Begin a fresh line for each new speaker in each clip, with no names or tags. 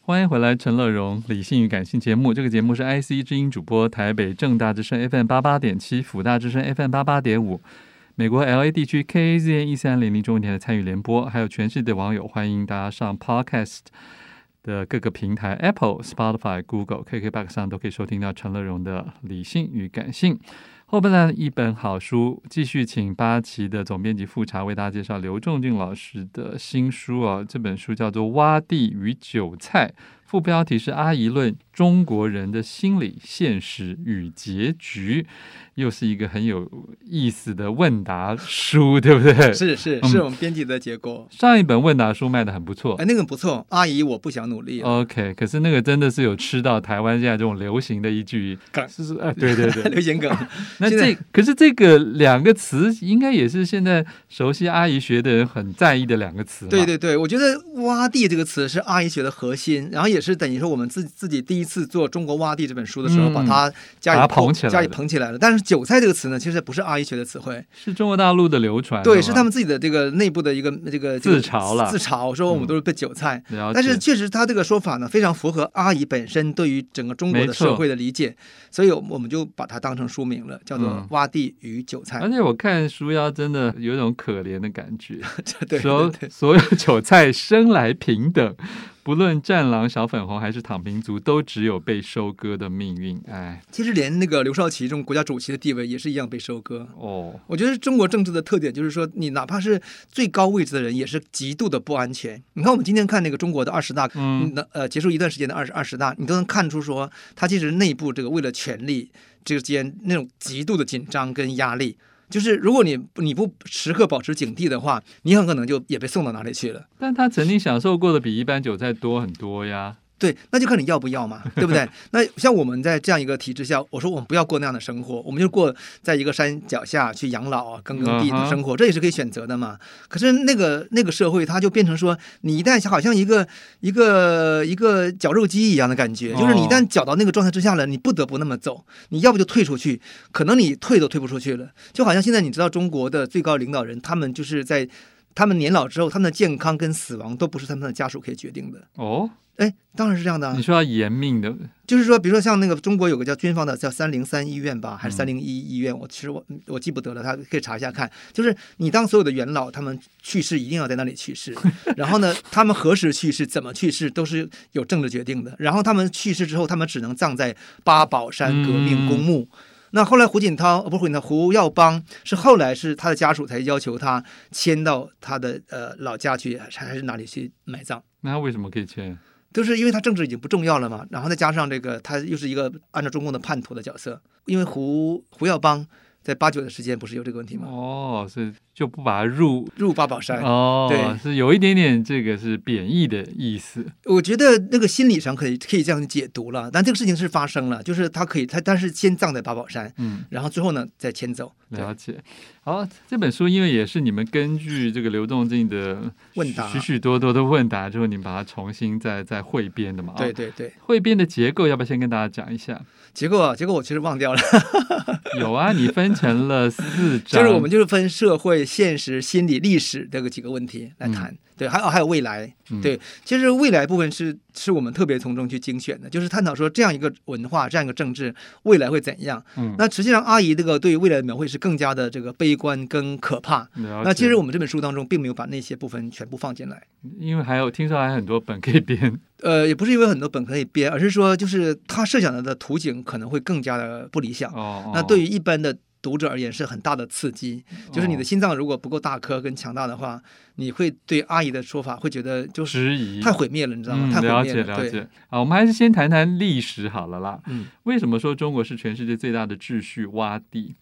欢迎回来，陈乐荣，理性与感性节目。这个节目是 IC 之音主播，台北正大之声 FM 八八点七，辅大之声 FM 八八点五，美国 LA 地区 KAZN 一三零零中文台的参与联播，还有全世界的网友，欢迎大家上 Podcast 的各个平台，Apple、Spotify、Google、KKBox 上都可以收听到陈乐荣的《理性与感性》。后半段一本好书，继续请八旗的总编辑富察为大家介绍刘仲敬老师的新书啊，这本书叫做《洼地与韭菜》，副标题是《阿姨论：中国人的心理现实与结局》，又是一个很有意思的问答书，对不对？嗯
是是是我们编辑的结果。
上一本问答书卖的很不错，
哎，那个不错，阿姨我不想努力了。
OK，可是那个真的是有吃到台湾现在这种流行的一 句
梗
是是哎，对对 对。
流行梗，
那
现
这
在
可是这个两个词，应该也是现在熟悉阿姨学的人很在意的两个词嘛。
对对对，我觉得“洼地”这个词是阿姨学的核心，然后也是等于说我们自自己第一次做《中国洼地》这本书的时候，
嗯
把它加以
把它捧起来
加以
的
捧起来了。但是“韭菜”这个词呢，其实不是阿姨学的词汇，
是中国大陆的流传。
对，是他
们
们自己的这个内部的一个这个
啊自嘲了嗯
自嘲说我们都是被韭菜。
了解。
但是确实，他这个说法呢，非常符合阿姨本身对于整个中国
没
的
错
社会的理解，所以我们就把它当成书名了，叫做
嗯
《洼地与韭菜》
而且我看书腰真的有一种可怜的感觉，
对
所
对对，
所有韭菜生来平等，不论战狼、小粉红还是躺平族，都只有被收割的命运。哎，
其实连那个刘少奇这种国家主席的地位也是一样被收割。
哦，
我觉得中国政治的特点就是说，你哪怕是最高位置的人，也是极度的不安全。你看，我们今天看那个中国的二十大，
嗯
那呃结束一段时间的二十二十大，你都能看出说，他其实内部这个为了权力之间那种极度的紧张跟压力。就是如果你你不时刻保持警惕的话，你很可能就也被送到哪里去了。
但他曾经享受过的比一般韭菜多很多呀。
对，那就看你要不要嘛，对不 对？那像我们在这样一个体制下，我说我们不要过那样的生活，我们就过在一个山脚下去养老啊、耕耕地
嗯
的
哼
生活，这也是可以选择的嘛。可是那个那个社会，它就变成说，你一旦好像一个一个一个绞肉机一样的感觉，就是你一
哦
旦绞到那个状态之下了，你不得不那么走，你要不就退出去，可能你退都退不出去了。就好像现在你知道中国的最高领导人，他们就是在。他们年老之后，他们的健康跟死亡都不是他们的家属可以决定的。
哦，
哎，当然是这样的、啊
你。说要严命的，
就是说，比如说像那个中国有个叫军方的叫三零三医院吧，还是三零一医院，我其实我我记不得了，他可以查一下看。就是你当所有的元老他们去世，一定要在那里去世，然后呢，他们何时去世、怎么去世都是有政治决定的。然后他们去世之后，他们只能葬在八宝山革命公墓。那后来胡锦涛，呃不是胡锦涛，胡耀邦是后来是他的家属才要求他迁到他的呃老家去，还还是哪里去埋葬。
那他为什么可以签？
就是因为他政治已经不重要了嘛，然后再加上这个他又是一个按照中共的叛徒的角色，因为胡胡耀邦在八九的时间不是有这个问题吗？
哦，是就不把它入
入八宝山，
哦
哎对，
是有一点点这个是贬义的意思。
我觉得那个心理上可以可以这样去解读了，但这个事情是发生了，就是他可以他但是先葬在八宝山，
嗯，
然后最后呢再迁走。对
了解。好，这本书因为也是你们根据这个刘仲敬的
问答
许许多多的问答之后，你们把它重新再再汇编的嘛？啊
对。对对，
汇编的结构要不要先跟大家讲一下？
结果啊结果我其实忘掉了，
有啊，你分成了四章，
就是我们就是分社会、现实、心理、历史这个几个问题来谈，对，还有还有未来，
嗯
对其实未来部分是是我们特别从中去精选的，就是探讨说这样一个文化、这样一个政治未来会怎样。
嗯
那实际上，阿姨这个对于未来的描绘是更加的这个悲观跟可怕。
了解
那其实我们这本书当中并没有把那些部分全部放进来，
因为还有听说还有很多本可以编，
呃，也不是因为很多本可以编，而是说就是他设想的的图景可能会更加的不理想。
哦，
那对
于
于一般的读者而言是很大的刺激，
哦
就是你的心脏如果不够大颗跟强大的话，你会对阿姨的说法会觉得就是
质疑
太毁灭了，你知道吗？
嗯，
太毁
了
灭
解了
对，
解。好，我们还是先谈谈历史好了啦。
嗯。
为什么说中国是全世界最大的秩序洼地？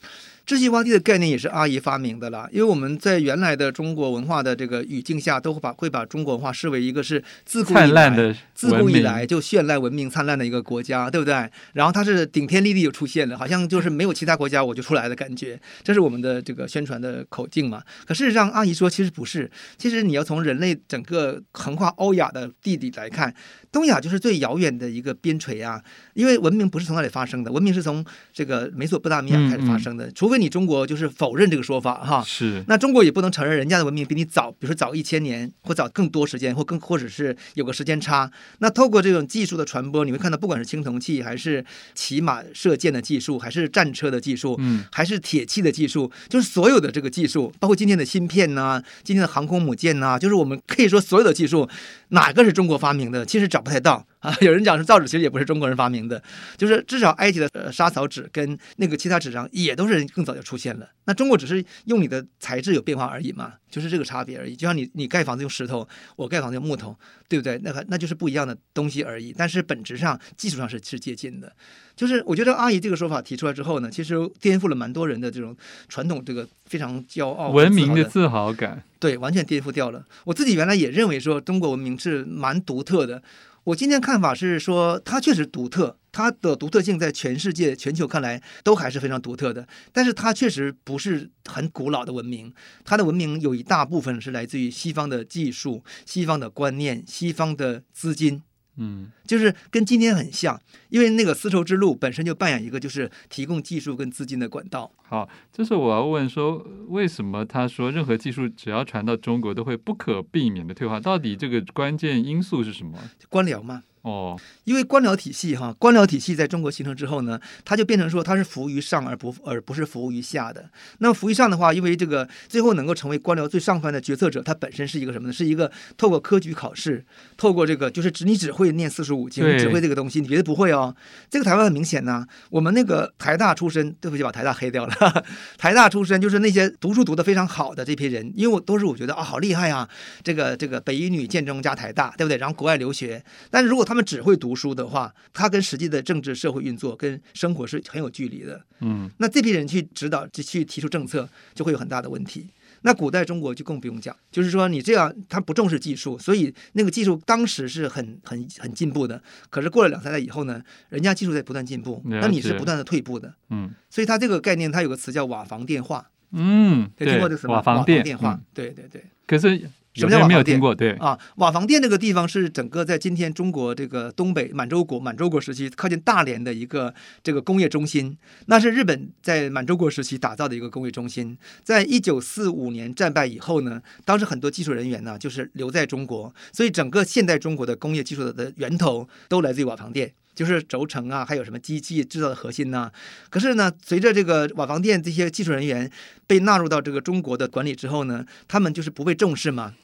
秩序洼地的概念也是阿姨发明的啦，因为我们在原来的中国文化的这个语境下，都会把会把中国文化视为一个是自古以来
灿烂的
自
文
古以
明
来就绚烂文明灿烂的一个国家，对不对？然后它是顶天立地就出现了，好像就是没有其他国家我就出来的感觉，这是我们的这个宣传的口径嘛。可事实上，阿姨说其实不是，其实你要从人类整个横跨欧亚的地理来看，东亚就是最遥远的一个边陲啊，因为文明不是从那里发生的，文明是从这个美索不达米亚开始发生的，除非你中国就是否认这个说法哈。
嗯是
啊那中国也不能承认人家的文明比你早，比如说早一千年，或早更多时间，或更或者是有个时间差。那透过这种技术的传播，你会看到，不管是青铜器，还是骑马射箭的技术，还是战车的技术，
嗯，
还是铁器的技术，就是所有的这个技术，包括今天的芯片呐、今天的航空母舰呐、就是我们可以说所有的技术，哪个是中国发明的，其实找不太到啊。 有人讲是造纸，其实也不是中国人发明的，就是至少埃及的呃莎草纸跟那个其他纸张也都是更早就出现了。那中国只是用你的材质有变化而已嘛，就是这个差别而已。就像你你盖房子用石头，我盖房子用木头，对不对？那个那就是不一样的东西而已，但是本质上技术上是是接近的。就是我觉得阿姨这个说法提出来之后呢，其实颠覆了蛮多人的这种传统这个非常骄傲
文明
哦自豪
的
的
自豪感，
对，完全颠覆掉了。我自己原来也认为说中国文明是蛮独特的，我今天看法是说它确实独特，它的独特性在全世界全球看来都还是非常独特的，但是它确实不是很古老的文明，它的文明有一大部分是来自于西方的技术、西方的观念、西方的资金。
嗯
就是跟今天很像，因为那个丝绸之路本身就扮演一个就是提供技术跟资金的管道。
好，就是我要问说，为什么他说任何技术只要传到中国都会不可避免的退化？到底这个关键因素是什么？
官僚嘛，
哦，
因为官僚体系哈，官僚体系在中国形成之后呢，它就变成说它是服务于上而不而不是服务于下的。那服务于上的话，因为这个最后能够成为官僚最上端的决策者，他本身是一个什么呢？是一个透过科举考试，透过这个就是只你只会念四书五经，
对
你只会这个东西，你别的不会哦。这个台湾很明显呐、我们那个台大出身，对不起，把台大黑掉了。 台大出身就是那些读书读得非常好的这批人，因为我都是我觉得啊、好厉害啊，这个这个北一女、建中加台大，对不对？然后国外留学，但是如果他们只会读书的话，他跟实际的政治社会运作跟生活是很有距离的。
嗯，
那这批人去指导、去去提出政策，就会有很大的问题。那古代中国就更不用讲，就是说你这样，他不重视技术，所以那个技术当时是很很很进步的。可是过了两三代以后呢，人家技术在不断进步，
了解
那你是不断的退步的。
嗯
所以它这个概念，它有个词叫瓦房电话，
嗯，
可以听
对
过这个词，吗？
瓦
瓦房
房店
电话
嗯，
对对对。
可是
什
有
么
些人没
叫瓦
有
房店
听过，对，
啊，瓦房店这个地方是整个在今天中国这个东北满洲国满洲国时期靠近大连的一个这个工业中心，那是日本在满洲国时期打造的一个工业中心。在一九四五年战败以后呢，当时很多技术人员呢就是留在中国，所以整个现代中国的工业技术的源头都来自于瓦房店。就是轴承啊，还有什么机器制造的核心呐、可是呢，随着这个瓦房店这些技术人员被纳入到这个中国的管理之后呢，他们就是不被重视嘛，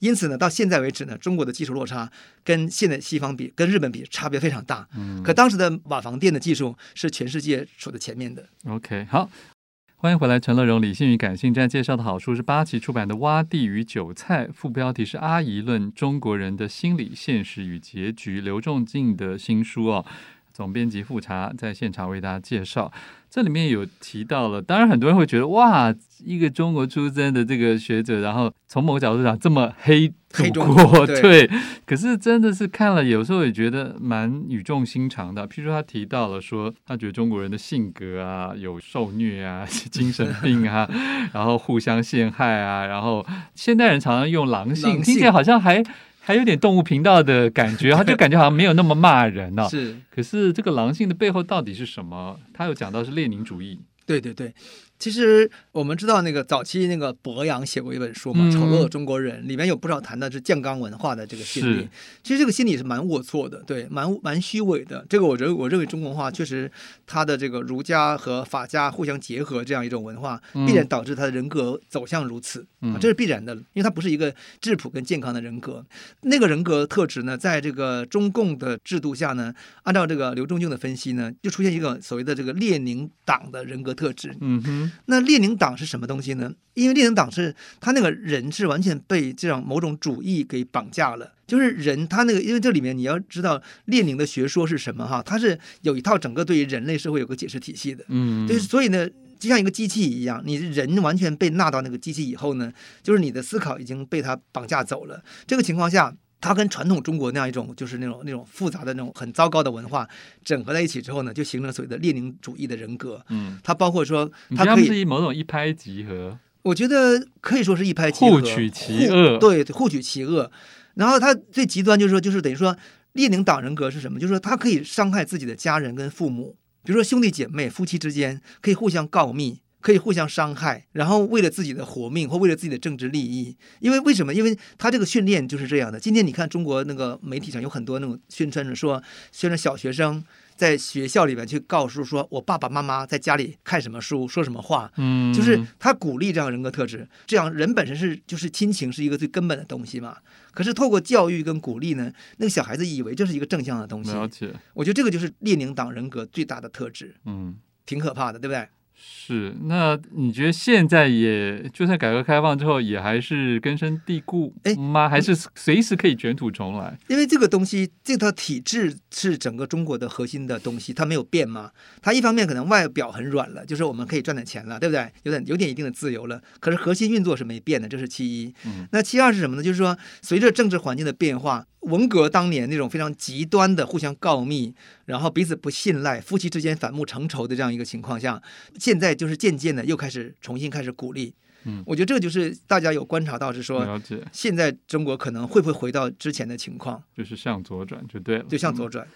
因此呢，到现在为止呢，中国的技术落差跟现在西方比，跟日本比差别非常大。
嗯
可当时的瓦房店的技术是全世界处在前面的。
OK，好，欢迎回来，陈乐荣。理性与感性站介绍的好书是八旗出版的《洼地与韭菜》，副标题是《阿姨论：中国人的心理、现实与结局》，刘仲敬的新书哦。总编辑富察在现场为大家介绍，这里面有提到了，当然很多人会觉得哇，一个中国出身的这个学者，然后从某个角度讲这么黑
黑
祖
中 国
对
对，
可是真的是看了，有时候也觉得蛮语重心长的。譬如说他提到了说，他觉得中国人的性格啊，有受虐啊、 精神病 啊，然后互相陷害啊，然后现代人常常用狼性，
狼性
听起来好像还还有点动物频道的感 觉，他就感觉好像没有那么骂人啊呢、
是，
可是这个狼性的背后到底是什么？他有讲到是列宁主义，
对对对。其实我们知道，那个早期那个博洋写过一本书嘛，
嗯
丑陋的中国人》，里面有不少谈的是酱缸文化的这个心
是
理。其实这个心理是蛮龌龊的，对，蛮蛮虚伪的。这个我认我认为中国文化确实它的这个儒家和法家互相结合这样一种文化，
嗯
必然导致他的人格走向如此。
嗯
啊，这是必然的，因为他不是一个质朴跟健康的人格。那个人格特质呢，在这个中共的制度下呢，按照这个刘仲敬的分析呢，就出现一个所谓的这个列宁党的人格特质。
嗯哼，
那列宁党是什么东西呢？因为列宁党是他那个人是完全被这样某种主义给绑架了，就是人他那个，因为这里面你要知道列宁的学说是什么哈，他是有一套整个对于人类社会有个解释体系的。
嗯，
就是所以呢，就像一个机器一样，你人完全被纳到那个机器以后呢，就是你的思考已经被它绑架走了。这个情况下，它跟传统中国那样一种就是那种那种复杂的那种很糟糕的文化整合在一起之后呢，就形成所谓的列宁主义的人格。
嗯，
它包括说，
你觉得
它
他
可
们
以，
是某种一拍即合，
我觉得可以说是一拍即合，
互取其恶
互对，互取其恶。然后它最极端就是说，就是等于说列宁党人格是什么？就是说他可以伤害自己的家人跟父母，比如说兄弟姐妹、夫妻之间可以互相告密。可以互相伤害，然后为了自己的活命或为了自己的政治利益，因为为什么？因为他这个训练就是这样的。今天你看中国那个媒体上有很多那种宣传着说，宣传小学生在学校里面去告诉说，我爸爸妈妈在家里看什么书，说什么话，
嗯，
就是他鼓励这样人格特质，这样人本身是就是亲情是一个最根本的东西嘛。可是透过教育跟鼓励呢，那个小孩子以为这是一个正向的东西。
了解，
我觉得这个就是列宁党人格最大的特质，
嗯。
挺可怕的，对不对？
是，那你觉得现在也，就算改革开放之后，也还是根深蒂固
哎
吗？还是随时可以卷土重来？
因为这个东西，这套体制是整个中国的核心的东西，它没有变嘛。它一方面可能外表很软了，就是我们可以赚点钱了，对不对？有点有点一定的自由了，可是核心运作是没变的，这是其一。
嗯
那其二是什么呢？就是说，随着政治环境的变化，文革当年那种非常极端的互相告密，然后彼此不信赖，夫妻之间反目成仇的这样一个情况下，现在就是渐渐的又开始重新开始鼓励。
嗯
我觉得这个就是大家有观察到，是说
了解，
现在中国可能会不会回到之前的情况，
就是向左转就对了，
就向
嗯
左转。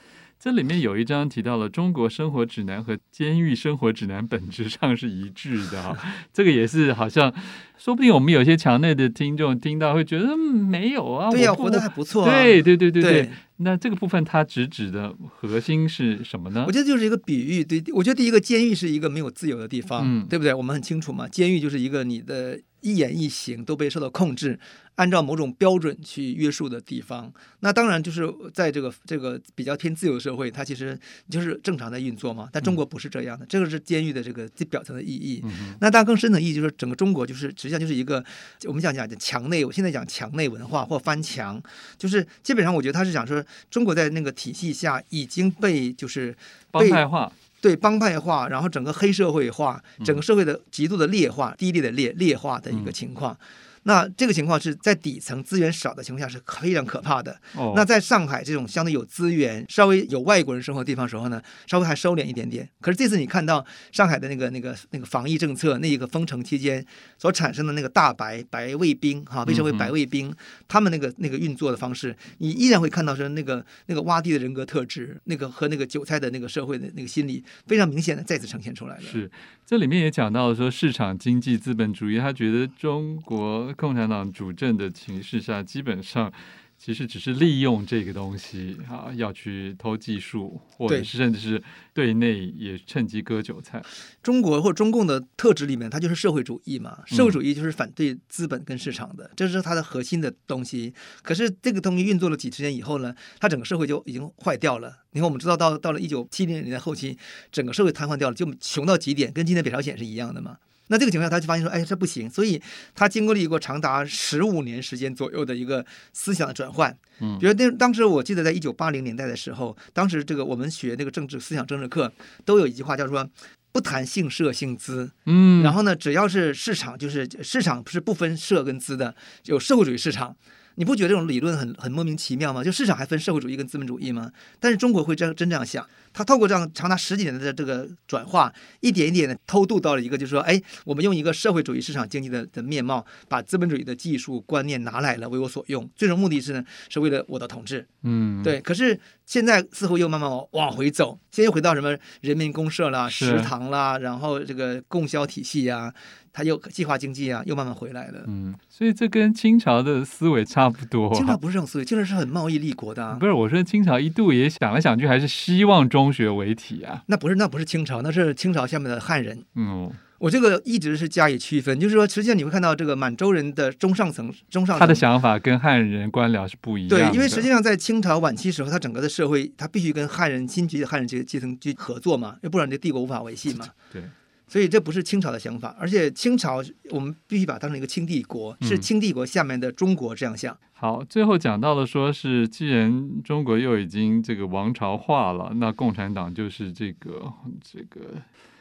这里面有一章提到了中国生活指南和监狱生活指南本质上是一致的哈、 这个也是好像，说不定我们有些墙内的听众听到会觉得嗯没有啊，
对呀、
我不
活得还不错、啊。
对对对对
对
对。那这个部分它直指的核心是什么呢
我？觉得就是一个比喻。对，我觉得第一个监狱是一个没有自由的地方，
嗯
对不对？我们很清楚嘛，监狱就是一个你的一言一行都被受到控制，按照某种标准去约束的地方。那当然就是在这个这个比较偏自由的社会，它其实就是正常在运作嘛。但中国不是这样的，这个是监狱的这个最表层的意义。
嗯哼
那当然更深层意义就是，整个中国就是实际上就是一个我们讲讲墙内，我现在讲墙内文化或翻墙，就是基本上我觉得他是想说，中国在那个体系下已经被就是
帮派化，
对帮派化，然后整个黑社会化，整个社会的极度的劣化、低劣的劣劣化的一个情况。那这个情况是在底层资源少的情况下是非常可怕的。
哦，
那在上海这种相对有资源、稍微有外国人生活的地方时候呢，稍微还收敛一点点。可是这次你看到上海的那个、那个、那个防疫政策，那一个封城期间所产生的那个大白白卫兵哈，被称为
嗯哼
白卫兵，他们那个那个运作的方式，你依然会看到是那个那个洼地的人格特质，那个和那个韭菜的那个社会的那个心理，非常明显的再次呈现出来了。
是，这里面也讲到说市场经济资本主义，他觉得中国共产党主政的情势下，基本上其实只是利用这个东西啊，要去偷技术，或者
对
是甚至是对内也趁机割韭菜。
中国或中共的特质里面，它就是社会主义嘛，社会主义就是反对资本跟市场的，这是它的核心的东西。可是这个东西运作了几十年以后呢，它整个社会就已经坏掉了。你看，我们知道到到了一九七零年代后期，整个社会瘫痪掉了，就穷到极点，跟今天北朝鲜是一样的嘛。那这个情况下，他就发现说，哎，这不行，所以他经过了一个长达十五年时间左右的一个思想的转换。
嗯
比如那当时我记得在一九八零年代的时候，当时这个我们学那个政治思想政治课，都有一句话叫做“不谈姓社姓资”，
嗯，
然后呢，只要是市场，就是市场是不分社跟资的，有社会主义市场。你不觉得这种理论很很莫名其妙吗？就市场还分社会主义跟资本主义吗？但是中国会这样真这样想，他透过这样长达十几年的这个转化，一点一点的偷渡到了一个，就是说，哎，我们用一个社会主义市场经济的的面貌，把资本主义的技术观念拿来了为我所用，最终目的是呢，是为了我的统治。
嗯，
对，可是现在似乎又慢慢往往回走，现在又回到什么人民公社啦、
是
食堂啦，然后这个供销体系呀、它又计划经济啊，又慢慢回来了。
嗯，所以这跟清朝的思维差不多、
清朝
啊。
不是这种思维，清朝是很贸易立国的、啊
不。是，我说清朝一度也想来想去，还是希望中学为体啊。
那不是，那不是清朝，那是清朝下面的汉人。
嗯，
我这个一直是加以区分，就是说，实际上你会看到这个满洲人的中上层、中上层
他的想法跟汉人官僚是不一样
对
的。，
因为实际上在清朝晚期时候，他整个的社会，他必须跟汉人新崛起的汉人阶阶层去合作嘛，要不然这帝国无法维系嘛。
对，
所以这不是清朝的想法，而且清朝我们必须把它当成一个清帝国，
嗯
是清帝国下面的中国这样想。
好，最后讲到了，说是既然中国又已经这个王朝化了，那共产党就是这个这个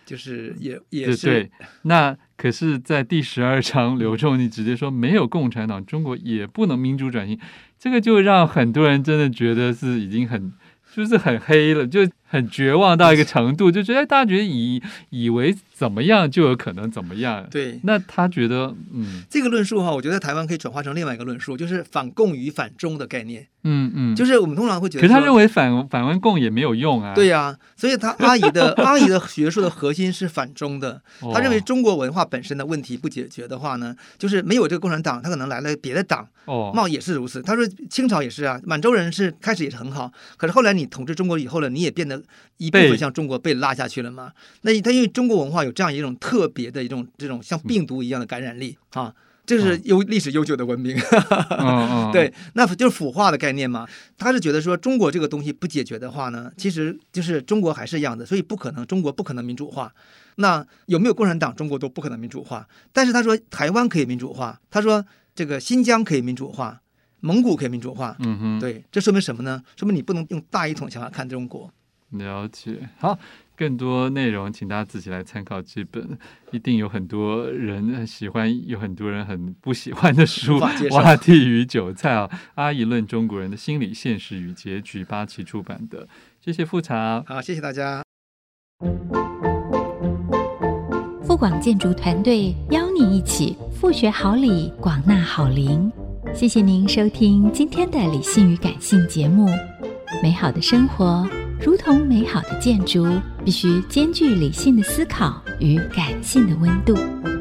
就是也也
对
是
对。那可是，在第十二章，刘仲尼直接说没有共产党，中国也不能民主转型，这个就让很多人真的觉得是已经很就是很黑了，就很绝望到一个程度，就觉得哎大家觉得以以为怎么样就有可能怎么样。
对
那他觉得，嗯
这个论述哈，我觉得在台湾可以转化成另外一个论述，就是反共与反中的概念。
嗯嗯，
就是是我们通常会觉
可是
得说，
他认为反反弯共也没有用啊。
对呀、所以他阿姨的阿姨的学术的核心是反中的。
哦，
他认为中国文化本身的问题不解决的话呢，就是没有这个共产党，他可能来了别的党，
哦，
茂也是如此。他说清朝也是啊，满洲人是开始也是很好，可是后来你统治中国以后了，你也变得一部
被
分像中国被拉下去了嘛。那他因为中国文化有这样一种特别的一种这种
嗯
像病毒一样的感染力啊，这
哦
是悠历史悠久的文明。
嗯嗯，嗯，
对，那就是腐化的概念嘛。他是觉得说中国这个东西不解决的话呢，其实就是中国还是一样的，所以不可能，中国不可能民主化。那有没有共产党，中国都不可能民主化。但是他说台湾可以民主化，他说这个新疆可以民主化，蒙古可以民主化。
嗯哼，
对，这说明什么呢？说明你不能用大一统想法看中国。
了解，好，更多内容请大家自己来参考这本，一定有很多人很喜欢，有很多人很不喜欢的书
无法接
《
受
挖地与韭菜》啊，《阿姨论中国人的心理现实与结局》，八旗出版的。谢谢复查，
好，谢谢大家。
富广建筑团队邀你一起复学好礼，广纳好邻。谢谢您收听今天的理性与感性节目。美好的生活如同美好的建筑，必须兼具理性的思考与感性的温度。